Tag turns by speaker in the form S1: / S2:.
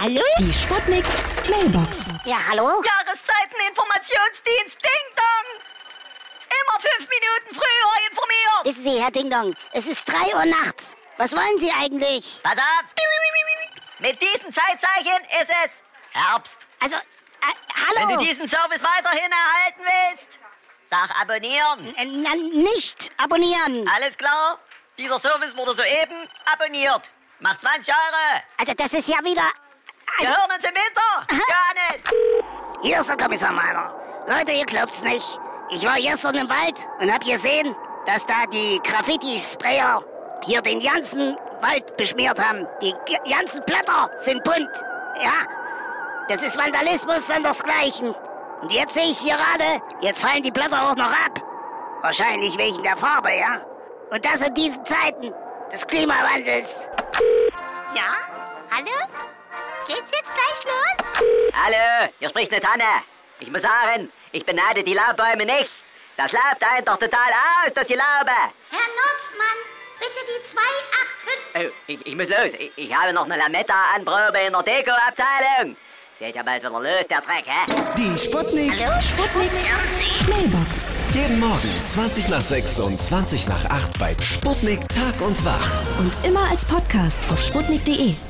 S1: Hallo?
S2: Die Sputnik Mailbox.
S1: Ja, hallo?
S3: Jahreszeiteninformationsdienst Ding Dong. Immer fünf Minuten früher informiert.
S1: Wissen Sie, Herr Dingdong, es ist 3 Uhr nachts. Was wollen Sie eigentlich?
S3: Pass auf. Mit diesem Zeitzeichen ist es Herbst.
S1: Also, äh,
S3: Wenn
S1: hallo?
S3: du diesen Service weiterhin erhalten willst, sag abonnieren.
S1: Äh, na, nicht abonnieren.
S3: Alles klar? Dieser Service wurde soeben abonniert. Macht 20 Jahre.
S1: Also, das ist ja wieder...
S3: Wir
S1: Also,
S3: hören uns im Winter. Johannes.
S1: Hier ist der Kommissar Meiner. Leute, ihr glaubt's nicht. Ich war gestern im Wald und hab gesehen, dass da die Graffiti-Sprayer hier den ganzen Wald beschmiert haben. Die g- ganzen Blätter sind bunt. Ja, das ist Vandalismus andersgleichen. Und jetzt sehe ich gerade, jetzt fallen die Blätter auch noch ab. Wahrscheinlich wegen der Farbe, ja? Und das in diesen Zeiten des Klimawandels.
S4: Ja? Hallo? Geht's jetzt gleich los?
S3: Hallo, hier spricht eine Tanne. Ich muss sagen, ich beneide die Laubbäume nicht. Das laubt einen doch total aus, dass sie Laube.
S4: Herr Nordmann, bitte die 285.
S3: Oh, ich, ich muss los. Ich, ich habe noch eine Lametta-Anprobe in der Deko-Abteilung. Seht ja bald wieder los, der Dreck, hä?
S5: Die Sputnik.
S2: Sputnik Mailbox.
S5: Jeden Morgen 20 nach 6 und 20 nach 8 bei Sputnik Tag und Wach.
S2: Und immer als Podcast auf sputnik.de.